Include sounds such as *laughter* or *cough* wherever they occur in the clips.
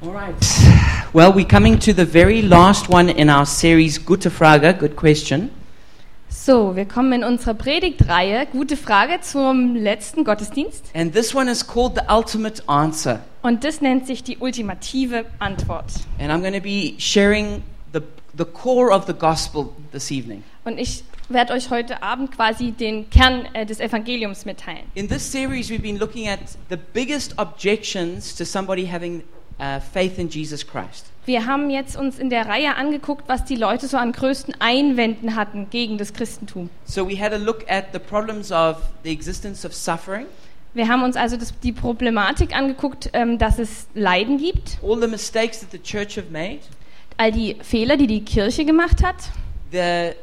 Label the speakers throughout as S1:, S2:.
S1: All right. Well, we're coming to the very last one in our series, Gute Frage, good question.
S2: So, wir kommen in unserer Predigtreihe. Gute Frage zum letzten Gottesdienst.
S1: And this one is called the ultimate answer.
S2: Und das nennt sich die ultimative Antwort.
S1: And I'm going to be sharing the, the core of the gospel this evening.
S2: Und ich werde euch heute Abend quasi den Kern äh, des Evangeliums mitteilen.
S1: In this series, we've been looking at the biggest objections to somebody having uh, faith in Jesus Christ.
S2: Wir haben jetzt uns in der Reihe angeguckt, was die Leute so an größten Einwänden hatten gegen das Christentum.
S1: So we had a look at the problems of the existence of suffering,
S2: Wir haben uns also das, die Problematik angeguckt, ähm, dass es Leiden gibt,
S1: all the mistakes that the church have made,
S2: all die Fehler, die die Kirche gemacht hat,
S1: the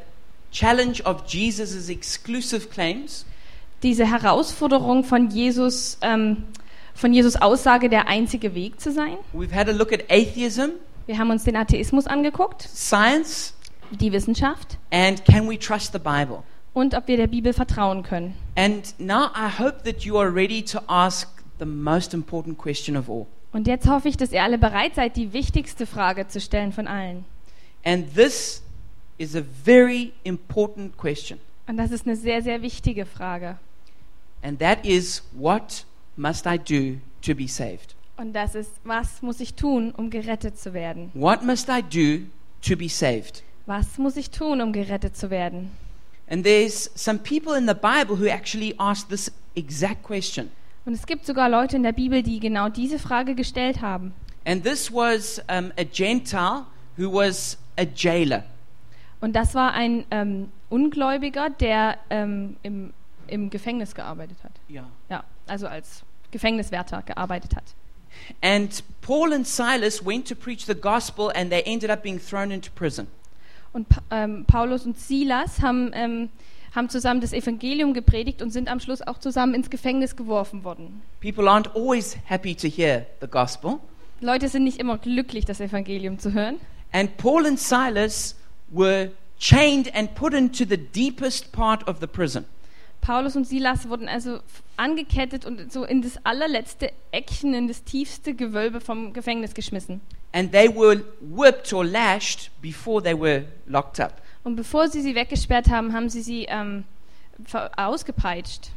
S1: challenge of Jesus' exclusive claims,
S2: diese Herausforderung von Jesus, ähm, von Jesus Aussage, der einzige Weg zu sein.
S1: we've had a look at atheism,
S2: Wir haben uns den Atheismus angeguckt,
S1: science,
S2: die Wissenschaft
S1: and can we trust the Bible?
S2: und ob wir der Bibel vertrauen können.
S1: And now I hope that you are ready to ask the most important question of all.
S2: Und jetzt hoffe ich, dass ihr alle bereit seid, die wichtigste Frage zu stellen von allen.
S1: And this is a very important question.
S2: Und das ist eine sehr, sehr wichtige Frage.
S1: And that is what must I do to be saved?
S2: Und das ist, was muss ich tun, um gerettet zu werden?
S1: What must I do to be saved?
S2: Was muss ich tun, um gerettet zu werden?
S1: And there's some people in the Bible who actually ask this exact question.
S2: Und es gibt sogar Leute in der Bibel, die genau diese Frage gestellt haben.
S1: And this was um, a Gentile who was a jailer.
S2: Und das war ein ähm, Ungläubiger, der ähm, im, im Gefängnis gearbeitet hat.
S1: Yeah.
S2: Ja, also als Gefängniswärter gearbeitet hat.
S1: And Paul and Silas went to preach the gospel and they ended up being thrown into prison.
S2: Und Pa- ähm, Paulus und Silas haben, ähm, haben zusammen das Evangelium gepredigt und sind am Schluss auch zusammen ins Gefängnis geworfen worden.
S1: People aren't always happy to hear the gospel.
S2: Leute sind nicht immer glücklich, das Evangelium zu hören.
S1: And Paul and Silas were chained and put into the deepest part of the prison.
S2: Paulus und Silas wurden also f- angekettet und so in das allerletzte Eckchen, in das tiefste Gewölbe vom Gefängnis geschmissen.
S1: And they were whipped or lashed before they were locked up.
S2: Und bevor sie sie weggesperrt haben, haben sie sie ähm, ver- ausgepeitscht.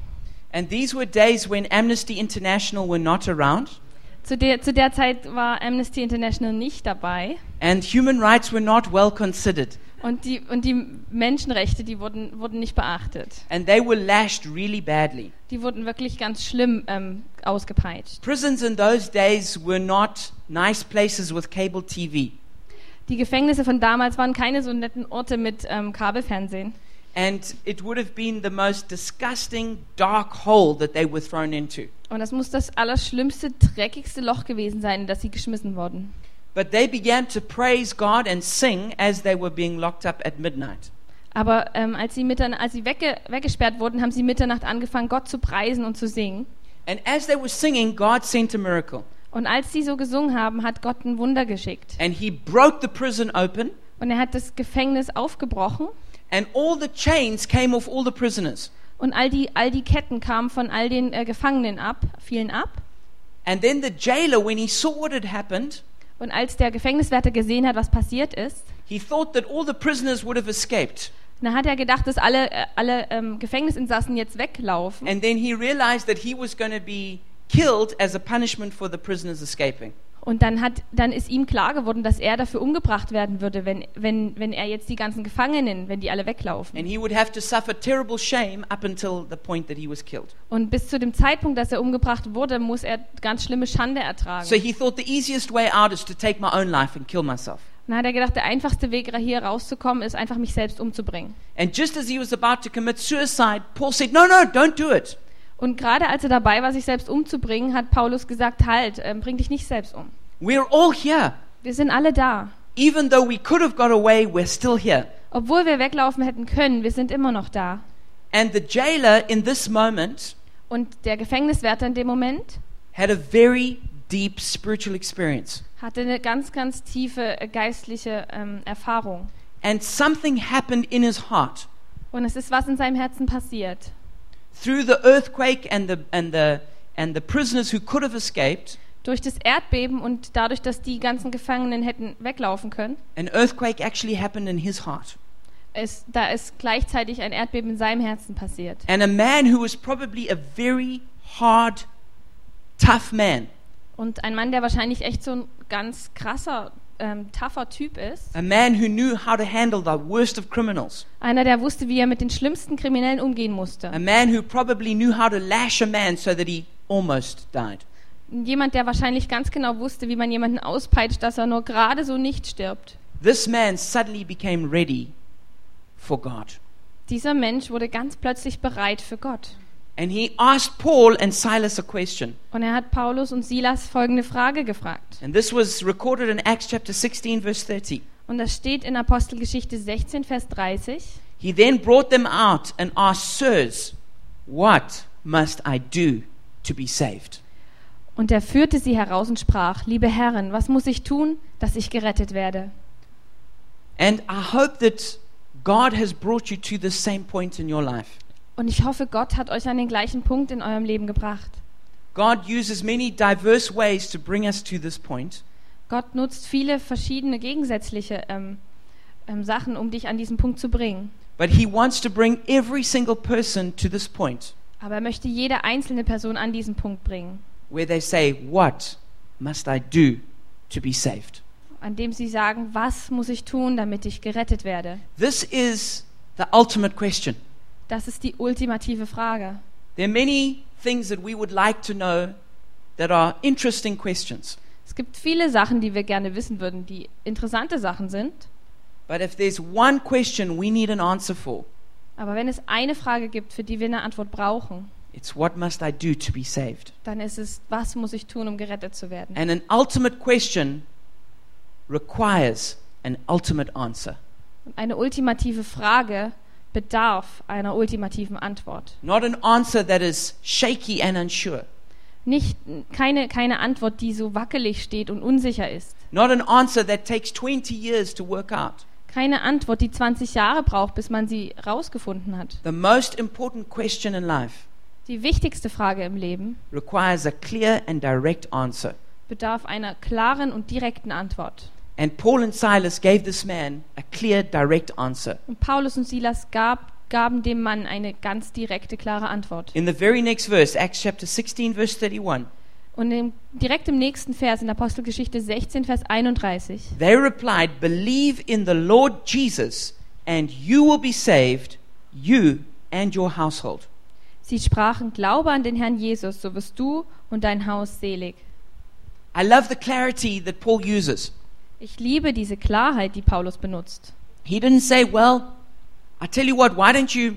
S1: And these were days when Amnesty International were not around,
S2: Zu der, zu der Zeit war Amnesty International nicht dabei.
S1: and human rights were not well considered.
S2: Und die, und die Menschenrechte, die wurden, wurden nicht beachtet.
S1: And they were lashed really badly.
S2: Die wurden wirklich ganz schlimm ähm, ausgepeitscht.
S1: Prisons in those days were not nice places with cable TV.
S2: Die Gefängnisse von damals waren keine so netten Orte mit ähm, Kabelfernsehen.
S1: And it would have been the most disgusting, dark hole that they were thrown into.
S2: Und das muss das allerschlimmste, dreckigste Loch gewesen sein, in das sie geschmissen wurden.
S1: But they began to praise God and sing as they were being locked up at midnight.
S2: Aber ähm, als sie, mittern als sie wegge weggesperrt wurden, haben sie Mitternacht angefangen, Gott zu preisen und zu singen.
S1: And as they were singing, God sent a miracle.
S2: Und als sie so gesungen haben, hat Gott ein Wunder geschickt.
S1: And He broke the prison open,
S2: Und er hat das Gefängnis aufgebrochen
S1: and all the chains came off all the prisoners.
S2: und all die, all die Ketten kamen von all den äh, Gefangenen ab, fielen ab.
S1: And then the jailer, when he saw what had happened,
S2: Und als der Gefängniswärter gesehen hat, was passiert ist,
S1: he thought that all the prisoners would have escaped.
S2: dann hat er gedacht, dass alle, äh, alle ähm, Gefängnisinsassen jetzt weglaufen.
S1: And then he realized that he was going to be killed as a punishment for the prisoners escaping.
S2: Und dann, hat, dann ist ihm klar geworden, dass er dafür umgebracht werden würde, wenn, wenn, wenn er jetzt die ganzen Gefangenen, wenn die alle weglaufen.
S1: And he would have to suffer terrible shame up until the point that he was killed.
S2: Und bis zu dem Zeitpunkt, dass er umgebracht wurde, muss er ganz schlimme Schande ertragen.
S1: So he thought the easiest way out is to take my own life and kill myself.
S2: Dann hat er gedacht, der einfachste Weg, hier rauszukommen, ist einfach mich selbst umzubringen.
S1: And just as he was about to commit suicide, Paul said, No, no, don't do it.
S2: Und gerade als er dabei war, sich selbst umzubringen, hat Paulus gesagt, halt, ähm, bring dich nicht selbst um.
S1: We're all here.
S2: Wir sind alle da.
S1: Even though we could have got away, we're still here.
S2: Obwohl wir weglaufen hätten können, wir sind immer noch da.
S1: And the jailer in this moment
S2: Und der Gefängniswärter in dem Moment
S1: had a very deep spiritual experience.
S2: hatte eine ganz, ganz tiefe äh, geistliche ähm, Erfahrung.
S1: And something happened in his heart.
S2: Und es ist was in seinem Herzen passiert.
S1: Through the earthquake and the, and the, and the prisoners who could have escaped,
S2: durch das Erdbeben und dadurch, dass die ganzen Gefangenen hätten weglaufen können,
S1: An earthquake actually happened in his heart.
S2: ist, da ist gleichzeitig ein Erdbeben in seinem Herzen passiert.
S1: And a man who was probably a very hard, tough man,
S2: Und ein Mann, der wahrscheinlich echt so ein ganz krasser, ähm, tougher Typ ist,
S1: a man who knew how to handle the worst of criminals,
S2: einer, der wusste, wie er mit den schlimmsten Kriminellen umgehen musste.
S1: a man who probably knew how to lash a man so that he almost died.
S2: Jemand, der wahrscheinlich ganz genau wusste, wie man jemanden auspeitscht, dass er nur gerade so nicht stirbt.
S1: This man suddenly became ready for God.
S2: Dieser Mensch wurde ganz plötzlich bereit für Gott.
S1: And he asked Paul and Silas a question.
S2: Und er hat Paulus und Silas folgende Frage gefragt.
S1: And this was recorded in Acts chapter 16, verse 30.
S2: Und das steht in Apostelgeschichte 16, Vers 30.
S1: He then brought them out and asked, Sirs, what must I do to be saved?
S2: Und er führte sie heraus und sprach, liebe Herren, was muss ich tun, dass ich gerettet werde?
S1: And I hope that God has brought you to the same point in your life.
S2: Und ich hoffe, Gott hat euch an den gleichen Punkt in eurem Leben gebracht.
S1: God uses many diverse ways to bring us to this point,
S2: Gott nutzt viele verschiedene gegensätzliche ähm, ähm, Sachen, um dich an diesen Punkt zu bringen.
S1: but He wants to bring every single person to this point
S2: Aber er möchte jede einzelne Person an diesen Punkt bringen,
S1: where they say, What must I do to be saved?
S2: an dem sie sagen, was muss ich tun, damit ich gerettet werde?
S1: This is the ultimate question.
S2: Das ist die ultimative Frage.
S1: There are many things that we would like to know that are interesting questions.
S2: Es gibt viele Sachen, die wir gerne wissen würden, die interessante Sachen sind.
S1: But if there's one question we need an answer for,
S2: Aber wenn es eine Frage gibt, für die wir eine Antwort brauchen,
S1: it's what must I do to be saved?
S2: dann ist es, was muss ich tun, um gerettet zu werden?
S1: And an ultimate question requires an ultimate answer.
S2: Und eine ultimative Frage bedarf einer ultimativen Antwort.
S1: Not an answer that is shaky and unsure.
S2: Nicht, keine, keine Antwort, die so wackelig steht und unsicher ist.
S1: Not an answer that takes 20 years to work out.
S2: Keine Antwort, die 20 Jahre braucht, bis man sie rausgefunden hat.
S1: The most important question in life
S2: Die wichtigste Frage im Leben
S1: requires a clear and direct answer.
S2: bedarf einer klaren und direkten Antwort.
S1: And Paul and Silas gave this man a clear, direct answer.
S2: Und Paulus und Silas gab, gaben dem Mann eine ganz direkte, klare Antwort.
S1: In the very next verse, Acts chapter 16, verse 31,
S2: Und im, direkt im nächsten Vers in Apostelgeschichte 16, Vers 31.
S1: they replied, Believe in the Lord Jesus, and you will be saved, you and your household.
S2: Sie sprachen, glaube an den Herrn Jesus, so wirst du und dein Haus selig.
S1: I love the clarity that Paul uses.
S2: Ich liebe diese Klarheit, die Paulus benutzt.
S1: He didn't say, Well, I tell you what, why don't you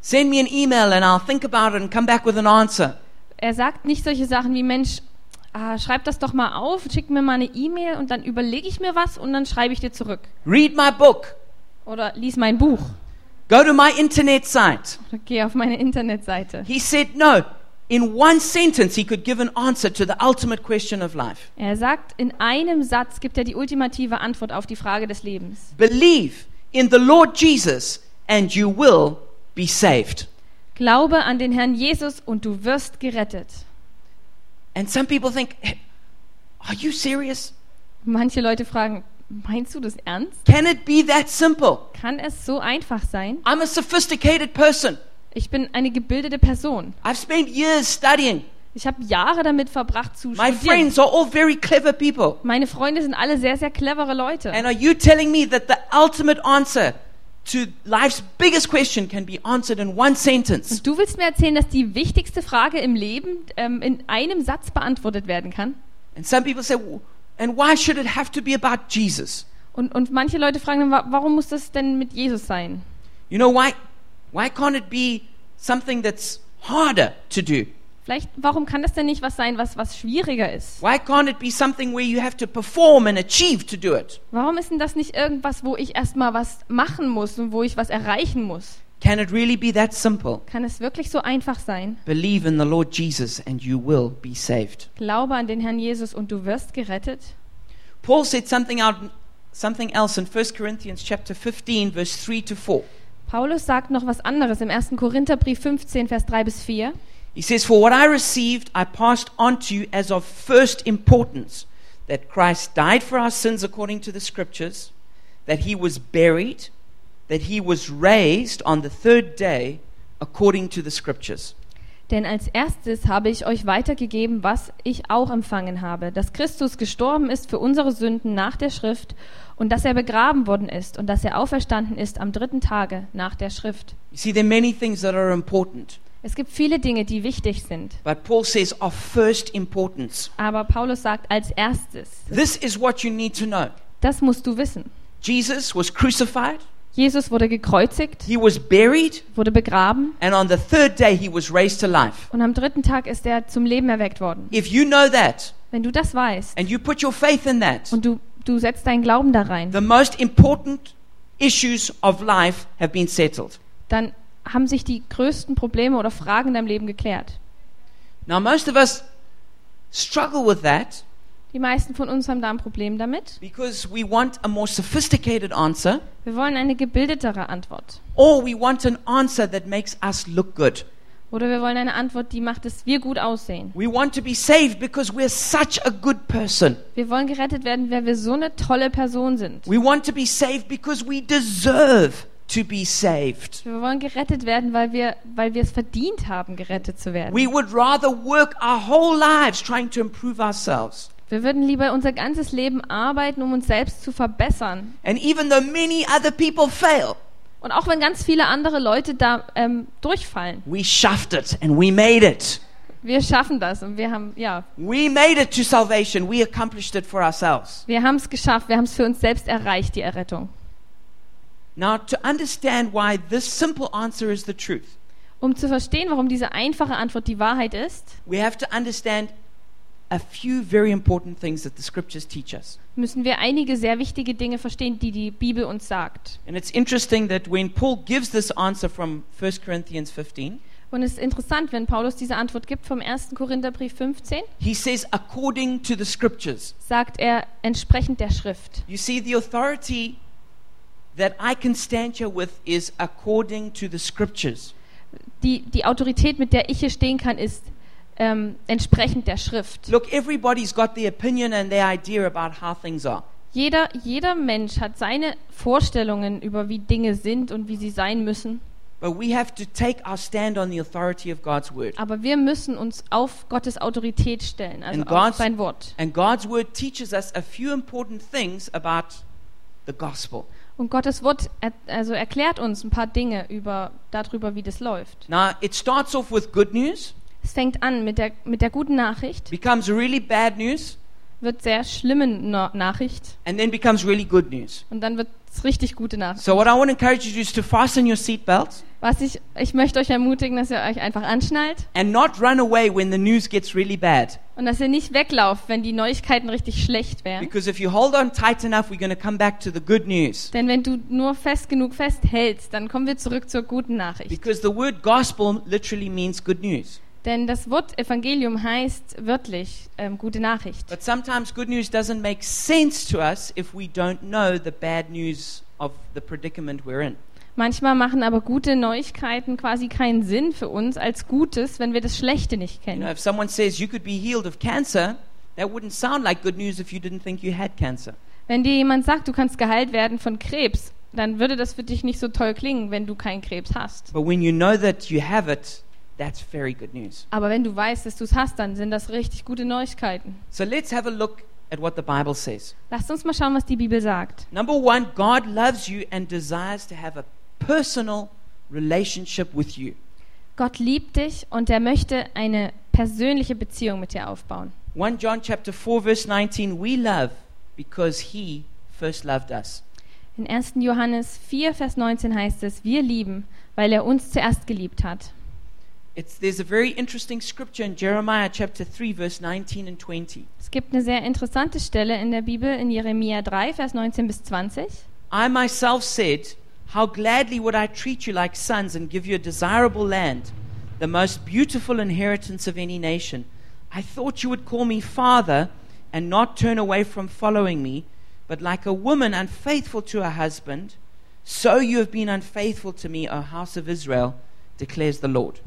S1: send me an email and I'll think about it and come back with an answer?
S2: Er sagt nicht solche Sachen wie, Mensch, ah, schreib das doch mal auf, schick mir mal eine E-Mail und dann überlege ich mir was und dann schreibe ich dir zurück.
S1: Read my book,
S2: Oder lies mein Buch. *laughs*
S1: go to my internet site.
S2: Oder geh auf meine Internetseite.
S1: He said, No. In one sentence, he could give an answer to the ultimate question of life.
S2: Er sagt, in einem Satz gibt er die ultimative Antwort auf die Frage des Lebens.
S1: Believe in the Lord Jesus and you will be saved.
S2: Glaube an den Herrn Jesus und du wirst gerettet.
S1: And some people think, "Eh, are you serious?
S2: Manche Leute fragen, meinst du das ernst?
S1: Can it be that simple?
S2: Kann es so einfach sein?
S1: I'm a sophisticated person.
S2: Ich bin eine gebildete Person.
S1: I've spent years studying.
S2: Ich habe Jahre damit verbracht zu
S1: My
S2: studieren.
S1: friends are all very clever people.
S2: Meine Freunde sind alle sehr, sehr clevere Leute.
S1: And are you telling me that the ultimate answer to life's biggest question can be answered in one sentence?
S2: Und du willst mir erzählen, dass die wichtigste Frage im Leben ähm, in einem Satz beantwortet werden kann?
S1: And some people say, "W- and why should it have to be about Jesus?
S2: Und, und manche Leute fragen dann, wa- warum muss das denn mit Jesus sein?
S1: You know why? Why can't it be something that's harder to do?
S2: Vielleicht, warum kann das denn nicht was sein, was, was schwieriger ist?
S1: Why can't it be something where you have to perform and achieve to do it?
S2: Warum ist denn das nicht irgendwas, wo ich erstmal was machen muss und wo ich was erreichen muss?
S1: Can it really be that simple?
S2: Kann es wirklich so einfach sein?
S1: Believe in the Lord Jesus and you will be saved.
S2: Glaube an den Herrn Jesus und du wirst gerettet?
S1: Paul said something out something else in 1 Corinthians chapter 15 verse 3 to 4.
S2: Paulus sagt noch was anderes im 1. Korintherbrief 15, Vers 3 bis 4.
S1: He says, For what I received, I passed on to you as of first importance that Christ died for our sins according to the Scriptures, that he was buried, that he was raised on the third day according to the Scriptures.
S2: Denn als erstes habe ich euch weitergegeben, was ich auch empfangen habe, dass Christus gestorben ist für unsere Sünden nach der Schrift und dass er begraben worden ist und dass er auferstanden ist am dritten Tage nach der Schrift.
S1: You see, there are many things that are important,
S2: Es gibt viele Dinge, die wichtig sind,
S1: but Paul says of first importance.
S2: aber Paulus sagt als erstes,
S1: This is what you need to know
S2: das musst du wissen.
S1: Jesus was crucified,
S2: Jesus wurde gekreuzigt,
S1: he was buried,
S2: wurde begraben
S1: and on the third day he was raised to life.
S2: und am dritten Tag ist er zum Leben erweckt worden.
S1: If you know that
S2: Wenn du das weißt
S1: and you put your faith in that,
S2: und du, du setzt deinen Glauben da rein,
S1: the most important issues of life have been settled.
S2: dann haben sich die größten Probleme oder Fragen in deinem Leben geklärt.
S1: Now, most of us struggle with that
S2: Die meisten von uns haben da ein Problem damit.
S1: because we want a more sophisticated answer
S2: Wir wollen eine gebildetere Antwort.
S1: or we want an answer that makes us look good.
S2: Oder wir wollen eine Antwort, die macht, dass wir gut aussehen.
S1: We want to be saved because we're such a good person.
S2: Wir wollen gerettet werden, weil wir so eine tolle Person sind.
S1: We want to be saved because we deserve to be saved.
S2: Wir wollen gerettet werden, weil wir, weil wir es verdient haben, gerettet zu werden.
S1: We would rather work our whole lives trying to improve ourselves.
S2: Wir würden lieber unser ganzes Leben arbeiten, um uns selbst zu verbessern.
S1: And even though many other people fail,
S2: Und auch wenn ganz viele andere Leute da ähm, durchfallen,
S1: we shuffed it and we made it.
S2: wir schaffen das und wir haben, ja,
S1: We made it to salvation. We accomplished it for ourselves.
S2: wir haben es geschafft, wir haben es für uns selbst erreicht, die Errettung.
S1: Now, to understand why this simple answer is the truth,
S2: Um zu verstehen, warum diese einfache Antwort die Wahrheit ist,
S1: we have to understand a few very important things that the scriptures teach us.
S2: müssen wir einige sehr wichtige Dinge verstehen, die die Bibel uns sagt.
S1: And it's interesting that when Paul gives this answer from 1 Corinthians 15,
S2: Und es ist interessant, wenn Paulus diese Antwort gibt vom 1. Korintherbrief 15,
S1: he says, according to the scriptures.
S2: sagt er entsprechend der Schrift.
S1: You see, the authority that I can stand here with is according to the scriptures.
S2: Die, die Autorität, mit der ich hier stehen kann, ist ähm, entsprechend der Schrift.
S1: Look, everybody's got their opinion and their idea about how things are.
S2: Jeder, jeder Mensch hat seine Vorstellungen über, wie Dinge sind und wie sie sein müssen.
S1: But we have to take our stand on the authority of God's word.
S2: Aber wir müssen uns auf Gottes Autorität stellen, also
S1: And
S2: auf
S1: God's-
S2: sein Wort.
S1: And God's word teaches us a few important things about the gospel.
S2: Und Gottes Wort er, also erklärt uns ein paar Dinge über, darüber, wie das läuft.
S1: Now, it starts off with good news,
S2: Es fängt an mit der, mit der guten Nachricht,
S1: becomes really bad news,
S2: wird sehr schlimme Na Nachricht
S1: and then becomes really good news.
S2: und dann wird es richtig gute Nachricht.
S1: So, what I want to encourage you to do is to fasten your seatbelts
S2: Was ich, ich möchte euch ermutigen, dass ihr euch einfach anschnallt
S1: and not run away when the news gets really bad.
S2: und dass ihr nicht weglauft, wenn die Neuigkeiten richtig schlecht wären.
S1: Because if you hold on tight enough, we're going to come back to the good news.
S2: Denn wenn du nur fest genug festhältst, dann kommen wir zurück zur guten Nachricht.
S1: Because the word gospel literally means good news.
S2: Denn das Wort Evangelium heißt wörtlich ähm, gute Nachricht.
S1: But sometimes good news doesn't make sense to us if we don't know the bad news of the predicament we're in.
S2: Manchmal machen aber gute Neuigkeiten quasi keinen Sinn für uns als Gutes, wenn wir das Schlechte nicht
S1: You know,
S2: kennen.
S1: if someone says you could be healed of cancer, that wouldn't sound like good news if you didn't think you had cancer.
S2: Wenn dir jemand sagt, du kannst geheilt werden von Krebs, dann würde das für dich nicht so toll klingen, wenn du keinen Krebs hast.
S1: But when you know that you have it, that's very good news.
S2: Aber wenn du weißt, dass du es hast, dann sind das richtig gute Neuigkeiten.
S1: So let's have a look at what the Bible says.
S2: Lasst uns mal schauen, was die Bibel sagt.
S1: Number one, God loves you and desires to have a personal relationship with you.
S2: Gott liebt dich und er möchte eine persönliche Beziehung mit dir aufbauen.
S1: 1 John chapter 4 verse 19 we love because he first loved us.
S2: In 1. Johannes 4, Vers 19 heißt es, wir lieben, weil er uns zuerst geliebt hat.
S1: It's, there's a very interesting scripture in Jeremiah chapter 3 verse 19 and 20.
S2: Es gibt eine sehr interessante Stelle in der Bibel in Jeremia 3, Vers 19 bis 20.
S1: I myself said, how gladly would I treat you like sons and give you a desirable land, the most beautiful inheritance of any nation. I thought you would call me father and not turn away from following me, but like a woman unfaithful to her husband, so you have been unfaithful to me, O house of Israel, declares the Lord.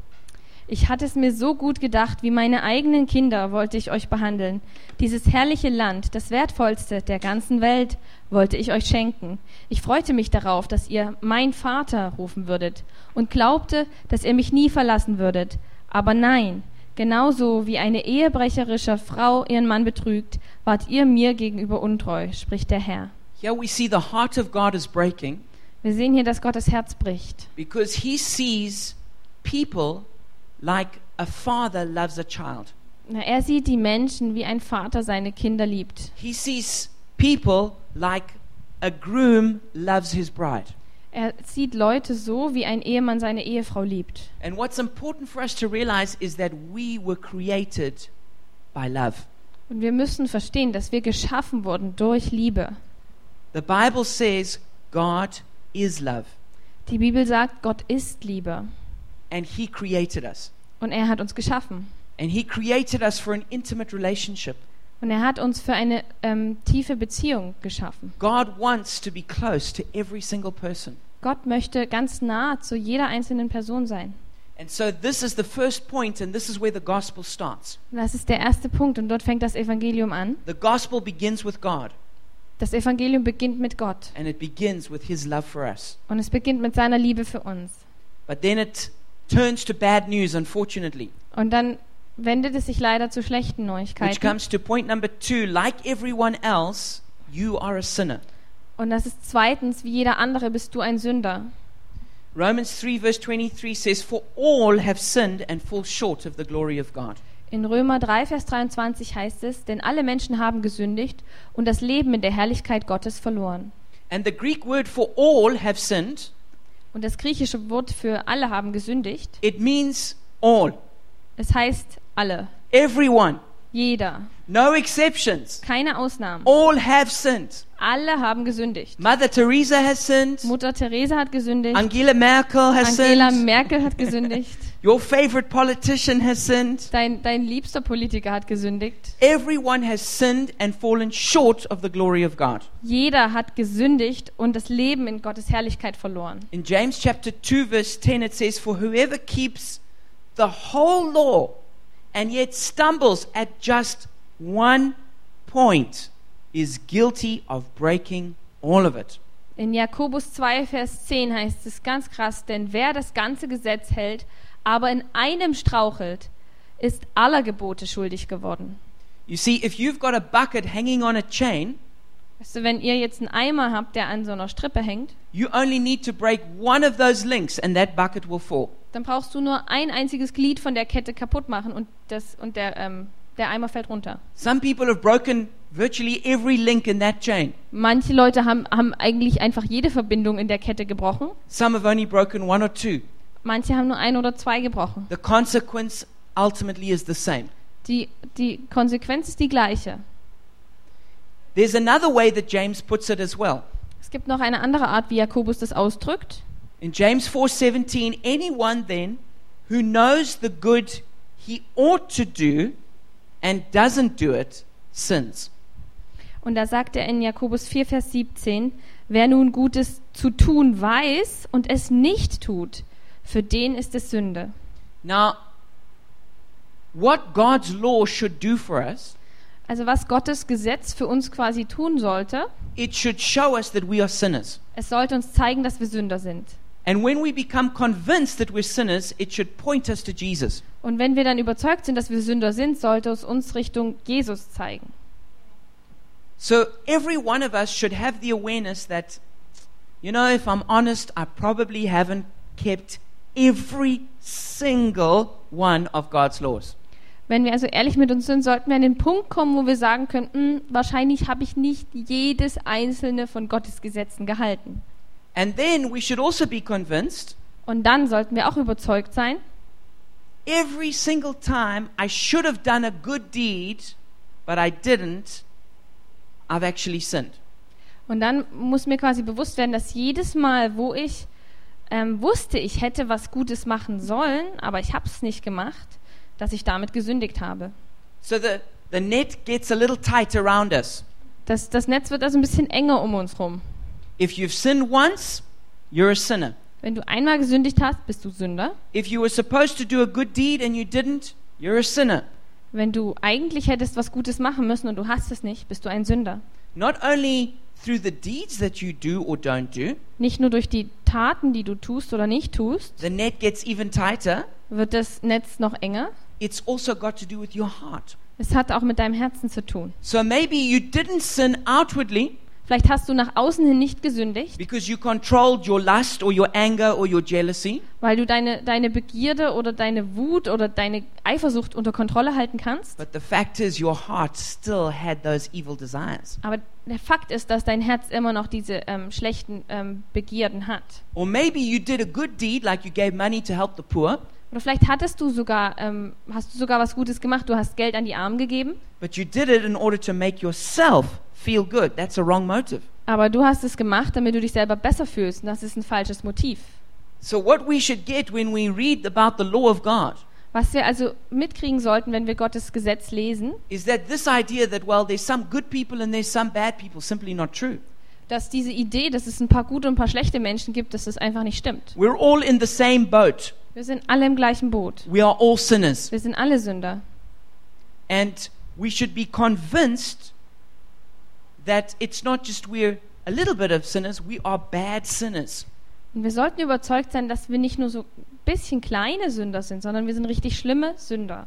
S2: Ich hatte es mir so gut gedacht, wie meine eigenen Kinder wollte ich euch behandeln. Dieses herrliche Land, das wertvollste der ganzen Welt, wollte ich euch schenken. Ich freute mich darauf, dass ihr mein Vater rufen würdet und glaubte, dass ihr mich nie verlassen würdet. Aber nein, genauso wie eine ehebrecherische Frau ihren Mann betrügt, wart ihr mir gegenüber untreu, spricht der Herr.
S1: Here we see the heart of God is breaking
S2: Wir sehen hier, dass Gottes Herz bricht,
S1: because he sees people like a father loves a child.
S2: Na, er sieht die Menschen, wie ein Vater seine Kinder liebt.
S1: He sees people like a groom loves his bride.
S2: Er sieht Leute so, wie ein Ehemann seine Ehefrau liebt.
S1: And what's important for us to realize is that we were created by love.
S2: Und wir müssen verstehen, dass wir geschaffen wurden durch Liebe.
S1: The Bible says God is love
S2: Die Bibel sagt, Gott ist Liebe
S1: and he created us.
S2: und er hat uns geschaffen.
S1: And he created us for an intimate relationship.
S2: Und er hat uns für eine ähm, tiefe Beziehung geschaffen.
S1: God wants to be close to every single person.
S2: Gott möchte ganz nah zu jeder einzelnen Person sein.
S1: And so this is the first point and this is where the gospel starts.
S2: Und das ist der erste Punkt und dort fängt das Evangelium an.
S1: The gospel begins with God
S2: Das Evangelium beginnt mit Gott
S1: and it begins with his love for us.
S2: und es beginnt mit seiner Liebe für uns.
S1: But then it turns to bad news unfortunately.
S2: Und dann wendet es sich leider zu schlechten
S1: Which
S2: Neuigkeiten.
S1: comes to point number two like everyone else, you are a sinner.
S2: Und das ist zweitens, wie jeder andere bist du ein Sünder.
S1: Romans 3, verse 23 says, For all have sinned and fall short of the glory of God.
S2: In Römer 3, Vers 23 heißt es, denn alle Menschen haben gesündigt und das Leben in der Herrlichkeit Gottes verloren.
S1: And the Greek word for all have sinned,
S2: Und das griechische Wort für alle haben gesündigt,
S1: it means all,
S2: es heißt alle,
S1: everyone,
S2: jeder,
S1: no exceptions.
S2: keine Ausnahmen.
S1: All have sinned.
S2: Alle haben gesündigt.
S1: Mother Teresa has sinned.
S2: Mutter Therese hat gesündigt,
S1: Angela Merkel has
S2: Angela
S1: sinned.
S2: Merkel hat gesündigt, *laughs*
S1: Your favorite politician has sinned.
S2: dein, dein liebster Politiker hat gesündigt.
S1: Everyone has sinned and fallen short of the glory of God.
S2: Jeder hat gesündigt und das Leben in Gottes Herrlichkeit verloren.
S1: In James chapter 2 verse 10 it says for whoever keeps the whole law and yet stumbles at just one point is guilty of breaking all of it.
S2: In Jakobus 2, Vers 10 heißt es ganz krass, denn wer das ganze Gesetz hält, aber in einem strauchelt, ist aller Gebote schuldig geworden.
S1: You see if you've got a bucket hanging on a chain,
S2: Weißt du, wenn ihr jetzt einen Eimer habt, der an so einer Strippe hängt,
S1: you only need to break one of those links and that bucket will fall.
S2: dann brauchst du nur ein einziges Glied von der Kette kaputt machen und, das, und der, ähm, der Eimer fällt runter.
S1: Some people have broken virtually every link in that chain.
S2: Manche Leute haben, haben eigentlich einfach jede Verbindung in der Kette gebrochen,
S1: Some have only broken one or two.
S2: manche haben nur ein oder zwei gebrochen.
S1: The consequence ultimately is the same.
S2: Die, die Konsequenz ist die gleiche.
S1: There's another way that James puts it as well.
S2: Es gibt noch eine andere Art, wie Jakobus das ausdrückt.
S1: In James 4:17, anyone then who knows the good he ought to do and doesn't do it sins.
S2: Und da sagt er in Jakobus 4, Vers 17, wer nun Gutes zu tun weiß und es nicht tut, für den ist es Sünde.
S1: Now, what God's law should do for us,
S2: Also was Gottes Gesetz für uns quasi tun sollte,
S1: it should show us that we are sinners.
S2: es sollte uns zeigen, dass wir Sünder sind.
S1: And when we become convinced that we're sinners, it should point us to Jesus.
S2: Und wenn wir dann überzeugt sind, dass wir Sünder sind, sollte es uns Richtung Jesus zeigen.
S1: So every one of us should have the awareness that, you know, if I'm honest, I probably haven't kept every single one of God's laws.
S2: Wenn wir also ehrlich mit uns sind, sollten wir an den Punkt kommen, wo wir sagen könnten, "Hm, wahrscheinlich habe ich nicht jedes einzelne von Gottes Gesetzen gehalten.
S1: And then we should also be convinced
S2: Und dann sollten wir auch überzeugt sein,
S1: every single time I should have done a good deed, but I didn't, I've actually sinned.
S2: Und dann muss mir quasi bewusst werden, dass jedes Mal, wo ich ähm, wusste, ich hätte was Gutes machen sollen, aber ich habe es nicht gemacht, dass ich damit gesündigt habe.
S1: So the, the net gets a little tight around us.
S2: Das, das Netz wird also ein bisschen enger um uns rum.
S1: If you've sinned once, you're a sinner.
S2: Wenn du einmal gesündigt hast, bist du Sünder.
S1: If you were supposed to do a good deed and you didn't, you're a sinner.
S2: Wenn du eigentlich hättest was Gutes machen müssen und du hast es nicht, bist du ein Sünder.
S1: Not only through the deeds that you do or don't do,
S2: Nicht nur durch die Taten, die du tust oder nicht tust,
S1: the net gets even tighter,
S2: wird das Netz noch enger.
S1: it's also got to do with your heart.
S2: Es hat auch mit deinem Herzen zu tun.
S1: So maybe you didn't sin outwardly
S2: Vielleicht hast du nach außen hin nicht gesündigt,
S1: because you controlled your lust or your anger or your jealousy,
S2: weil du deine, deine Begierde oder deine Wut oder deine Eifersucht unter Kontrolle halten kannst.
S1: but the fact is your heart still had those evil desires.
S2: Aber der Fakt ist, dass dein Herz immer noch diese ähm, schlechten ähm, Begierden hat.
S1: Or maybe you did a good deed like you gave money to help the poor,
S2: Oder vielleicht hattest du sogar, ähm, hast du sogar was Gutes gemacht, du hast Geld an die Armen gegeben,
S1: but you did it in order to make yourself feel good. That's a wrong motive.
S2: aber du hast es gemacht, damit du dich selber besser fühlst. Und das ist ein falsches Motiv.
S1: So what we should get when we read about the law of God
S2: Was wir also mitkriegen sollten, wenn wir Gottes Gesetz lesen,
S1: is that this idea that well there's some good people and there's some bad people simply not true.
S2: dass diese Idee, dass es ein paar gute und ein paar schlechte Menschen gibt, dass das einfach nicht stimmt.
S1: We're all in the same boat.
S2: Wir sind alle im gleichen Boot.
S1: We are all sinners
S2: Wir sind alle Sünder.
S1: and we should be convinced that it's not just we're a little bit of sinners, we are bad sinners.
S2: Und wir sollten überzeugt sein, dass wir nicht nur so ein bisschen kleine Sünder sind, sondern wir sind richtig schlimme Sünder.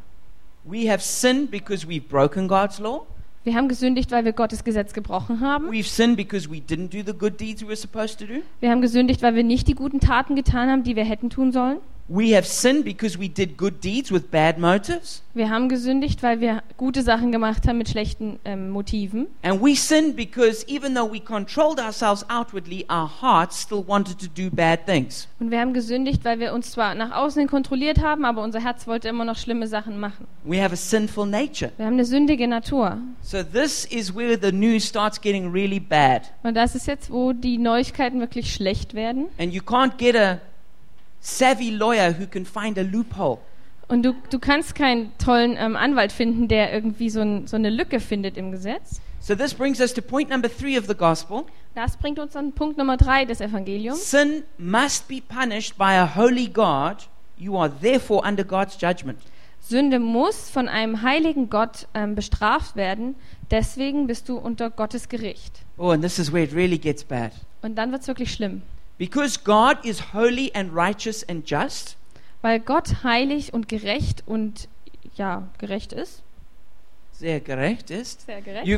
S1: We have sinned because we've broken God's law.
S2: Wir haben gesündigt, weil wir Gottes Gesetz gebrochen haben.
S1: We've sinned because we didn't do the good deeds we were supposed to do.
S2: Wir haben gesündigt, weil wir nicht die guten Taten getan haben, die wir hätten tun sollen.
S1: We have sinned because we did good deeds with bad motives.
S2: Wir haben gesündigt, weil wir gute Sachen gemacht haben mit schlechten ähm, Motiven.
S1: And we sinned because even though we controlled ourselves outwardly, our hearts still wanted to do bad things.
S2: Und wir haben gesündigt, weil wir uns zwar nach außen hin kontrolliert haben, aber unser Herz wollte immer noch schlimme Sachen machen.
S1: We have a sinful nature.
S2: Wir haben eine sündige Natur.
S1: So, this is where the news starts getting really bad.
S2: Und das ist jetzt, wo die Neuigkeiten wirklich schlecht werden.
S1: And you can't get a savvy lawyer who can find a loophole.
S2: Und du, du kannst keinen tollen ähm, Anwalt finden, der irgendwie so, ein, so eine Lücke findet im Gesetz.
S1: So, this brings us to point number three of the gospel
S2: Das bringt uns an Punkt Nummer drei des Evangeliums.
S1: sin must be punished by a holy God. You are therefore under God's judgment.
S2: Sünde muss von einem heiligen Gott ähm, bestraft werden. Deswegen bist du unter Gottes Gericht.
S1: Oh, and this is where it really gets bad.
S2: Und dann wird es wirklich schlimm.
S1: Because God is holy and righteous and just,
S2: Weil Gott heilig und gerecht und ja, gerecht ist.
S1: sehr gerecht ist,
S2: Sehr gerecht.
S1: you,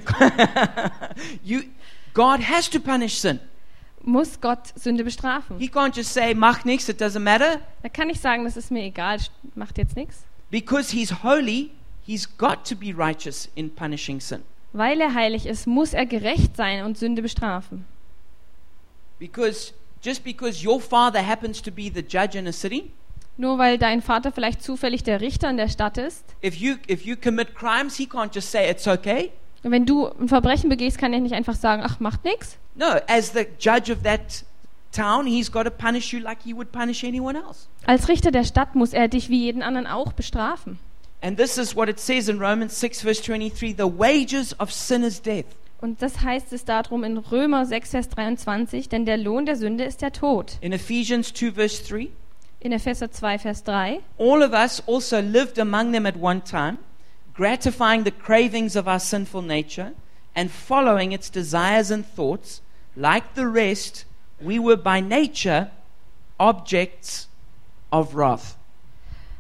S1: *laughs* you, God has to punish sin.
S2: muss Gott Sünde bestrafen.
S1: He can't just say, mach nichts, it doesn't matter.
S2: Da kann ich sagen, das ist mir egal, macht jetzt nichts.
S1: Because he's holy, he's got to be righteous in punishing sin.
S2: Weil er heilig ist, muss er gerecht sein und Sünde bestrafen.
S1: Because just because your father happens to be the judge in a city,
S2: Nur weil dein Vater vielleicht zufällig der Richter in der Stadt ist.
S1: if you, if you commit crimes, he can't just say, it's okay.
S2: Und wenn du ein Verbrechen begehst, kann er nicht einfach sagen, ach, macht nichts.
S1: No, as the judge of that town, he's got to punish you like he would punish anyone else.
S2: Als Richter der Stadt muss er dich wie jeden anderen auch bestrafen.
S1: And this is what it says in Romans 6, verse 23 the wages of sin is death.
S2: Und das heißt es darum in Römer 6, Vers 23, denn der Lohn der Sünde ist der Tod.
S1: In Ephesians 2, verse 3,
S2: In Epheser 2, Vers 3.
S1: all of us also lived among them at one time, gratifying the cravings of our sinful nature and following its desires and thoughts. Like the rest, we were by nature objects of wrath.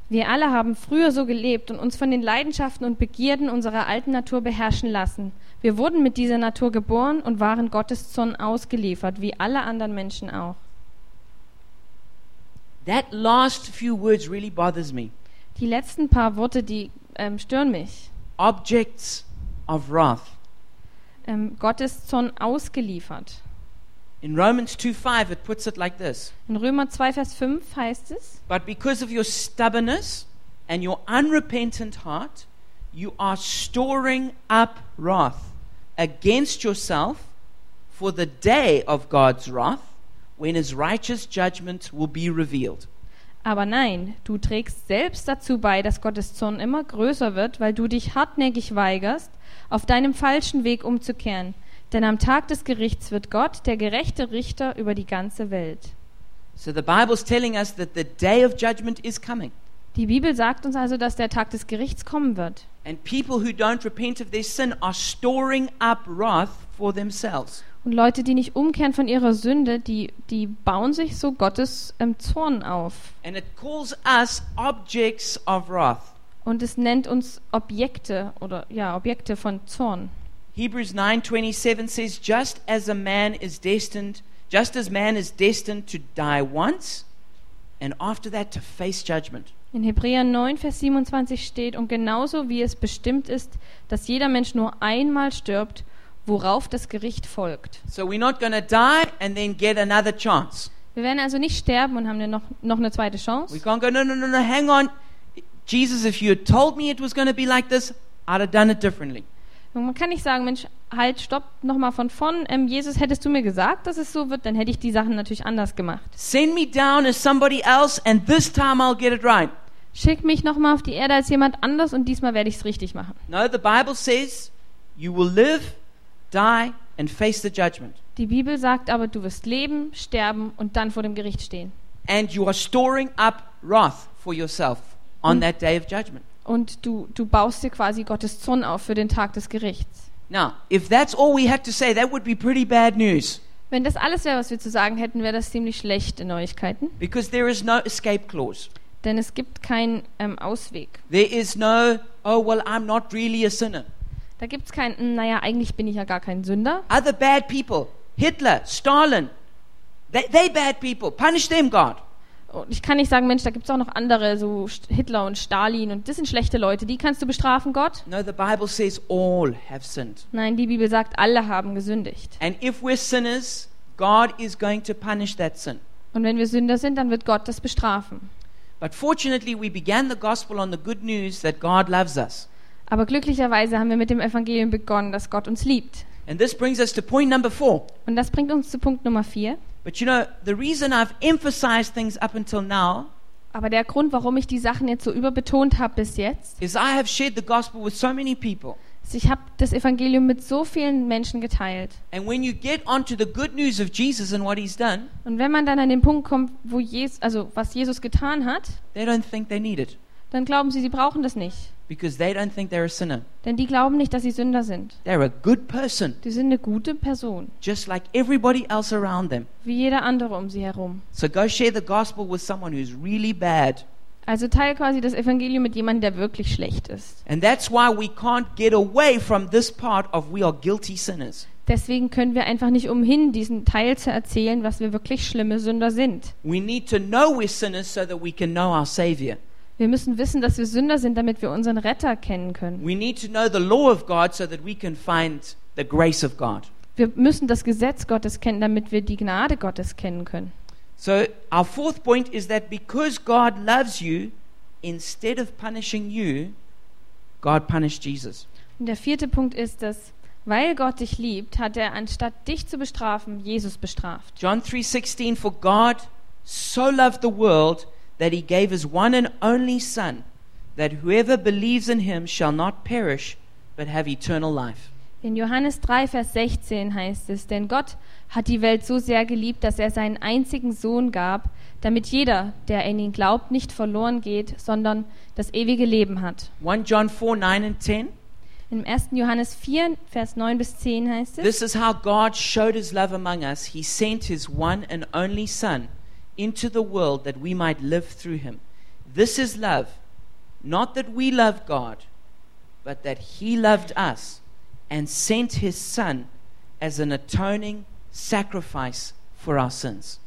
S2: Wir alle haben früher so gelebt und uns von den Leidenschaften und Begierden unserer alten Natur beherrschen lassen. Wir wurden mit dieser Natur geboren und waren Gottes Zorn ausgeliefert, wie alle anderen Menschen auch.
S1: That last few words really bothers me.
S2: Die letzten paar Worte, die ähm, stören mich.
S1: Objects of wrath.
S2: Ähm, Gottes Zorn ausgeliefert.
S1: In Romans 2 5, it puts it like this.
S2: In Römer 2, Vers 5 heißt es,
S1: But because of your stubbornness and your unrepentant heart, you are storing up wrath against yourself for the day of God's wrath, when his righteous judgment will be revealed.
S2: aber nein, du trägst selbst dazu bei, dass Gottes Zorn immer größer wird, weil du dich hartnäckig weigerst, auf deinem falschen Weg umzukehren. Denn am Tag des Gerichts wird Gott, der gerechte Richter, über die ganze Welt.
S1: So the Bible's telling us that the day of judgment is coming.
S2: Die Bibel sagt uns also, dass der Tag des Gerichts kommen wird.
S1: And people who don't repent of their sin are storing up wrath for themselves.
S2: Und Leute, die nicht umkehren von ihrer Sünde, die, die bauen sich so Gottes ähm, Zorn auf.
S1: And it calls us objects of wrath.
S2: Und es nennt uns Objekte oder ja, Objekte von Zorn.
S1: Hebrews 9:27 says just as a man is destined just as man is destined to die once and after that to face judgment.
S2: In Hebräer 9, Vers 27 steht, und genauso wie es bestimmt ist, dass jeder Mensch nur einmal stirbt, worauf das Gericht folgt.
S1: So we're not going to die and then get another chance.
S2: Wir werden also nicht sterben und haben dann noch, noch eine zweite
S1: We
S2: Chance.
S1: can't go no no no no hang on Jesus if you had told me it was going to be like this I'd have done it differently.
S2: Und man kann nicht sagen, Mensch, halt, stopp, nochmal von vorn. Ähm, Jesus, hättest du mir gesagt, dass es so wird, dann hätte ich die Sachen natürlich anders gemacht.
S1: Send me down as somebody else and this time I'll get it right.
S2: Schick mich nochmal auf die Erde als jemand anders und diesmal werde ich es richtig machen.
S1: No, the Bible says you will live, die and face the judgment.
S2: Die Bibel sagt aber, du wirst leben, sterben und dann vor dem Gericht stehen.
S1: and you are storing up wrath for yourself on that day of judgment.
S2: Und du, du baust dir quasi Gottes Zorn auf für den Tag des Gerichts.
S1: Now, if that's all we had to say, that would be pretty bad news
S2: Wenn das alles wäre, was wir zu sagen hätten, wäre das ziemlich schlechte Neuigkeiten.
S1: because there is no escape clause.
S2: Denn es gibt keinen ähm, Ausweg.
S1: There is no, oh, well, I'm not really a sinner.
S2: Da gibt es keinen, "Hm, naja, eigentlich bin ich ja gar kein Sünder.
S1: Other bad people, Hitler, Stalin, they, they bad people. Punish them, God.
S2: Und ich kann nicht sagen, Mensch, da gibt es auch noch andere, so St- Hitler und Stalin und das sind schlechte Leute, die kannst du bestrafen, Gott.
S1: No, the Bible says all have sinned.
S2: Nein, die Bibel sagt, alle haben gesündigt.
S1: And if we're sinners, God is going to punish that sin.
S2: Und wenn wir Sünder sind, dann wird Gott das bestrafen.
S1: But fortunately, we began the gospel on the good news that God loves us.
S2: Aber glücklicherweise haben wir mit dem Evangelium begonnen, dass Gott uns liebt.
S1: And this brings us to point number four.
S2: Und das bringt uns zu Punkt Nummer vier.
S1: But you know, the reason I've emphasized things up until now
S2: Aber der Grund, warum ich die Sachen jetzt so überbetont habe bis jetzt,
S1: is I have shared the gospel with so many people.
S2: ist, Also ich habe das Evangelium mit so vielen Menschen geteilt.
S1: And when you get onto the good news of Jesus and what he's done,
S2: Und wenn man dann an den Punkt kommt, wo Jesus, also was Jesus getan hat,
S1: they don't think they need it
S2: dann glauben sie, sie brauchen das nicht.
S1: because they don't think they're a sinner.
S2: Denn die glauben nicht, dass sie Sünder sind.
S1: They're a good person,
S2: Die sind eine gute Person,
S1: just like everybody else around them.
S2: wie jeder andere um sie herum.
S1: So go share the gospel with someone who's really bad.
S2: Also teil quasi das Evangelium mit jemandem, der wirklich schlecht ist.
S1: And that's why we can't get away from this part of we are guilty sinners.
S2: Deswegen können wir einfach nicht umhin, diesen Teil zu erzählen, was wir wirklich schlimme Sünder sind.
S1: We need to know we're sinners so that we can know our Savior.
S2: Wir müssen wissen, dass wir Sünder sind, damit wir unseren Retter kennen können.
S1: We need to know the law of God so that we can find the grace of God.
S2: Wir müssen das Gesetz Gottes kennen, damit wir die Gnade Gottes kennen können.
S1: So, our fourth point is that because God loves you, instead of punishing you, God punished Jesus.
S2: Und der vierte Punkt ist, dass weil Gott dich liebt, hat er anstatt dich zu bestrafen, Jesus bestraft.
S1: John 3:16 for God so loved the world that he gave his one and only son that whoever believes in him shall not perish but have eternal life.
S2: In Johannes 3, Vers 16 heißt es, denn Gott hat die Welt so sehr geliebt, dass er seinen einzigen Sohn gab, damit jeder, der in ihn glaubt, nicht verloren geht, sondern das ewige Leben hat.
S1: 1 John 4:9 and 10.
S2: Im 1. Johannes 4, Vers 9 bis 10 heißt es,
S1: This is how God showed his love among us. He sent his one and only Son into the world that we might live through him. This is love. Not that we love God, but that he loved us and sent his Son as an atoning sacrifice for our sins.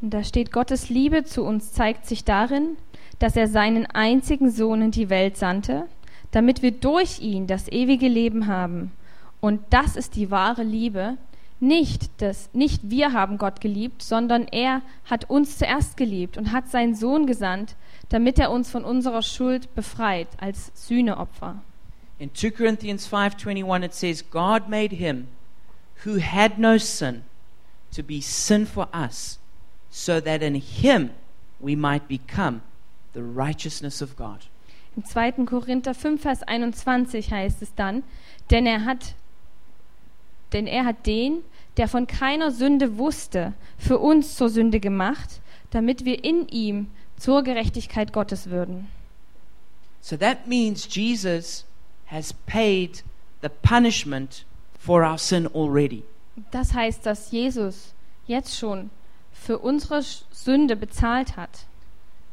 S2: und da steht, Gottes Liebe zu uns zeigt sich darin, dass er seinen einzigen Sohn in die Welt sandte, damit wir durch ihn das ewige Leben haben. Und das ist die wahre Liebe. Nicht, dass, nicht wir haben Gott geliebt, sondern er hat uns zuerst geliebt und hat seinen Sohn gesandt, damit er uns von unserer Schuld befreit als Sühneopfer.
S1: In 2 Corinthians 5:21 it says God made him who had no sin to be sin for us so that in him we might become the righteousness of God.
S2: Im 2. Korinther 5, Vers 21 heißt es dann, denn er hat, denn er hat den, der von keiner Sünde wusste, für uns zur Sünde gemacht, damit wir in ihm zur Gerechtigkeit Gottes würden.
S1: So that means Jesus has paid the punishment for our sin already.
S2: Das heißt, dass Jesus jetzt schon für unsere Sch- Sünde bezahlt hat.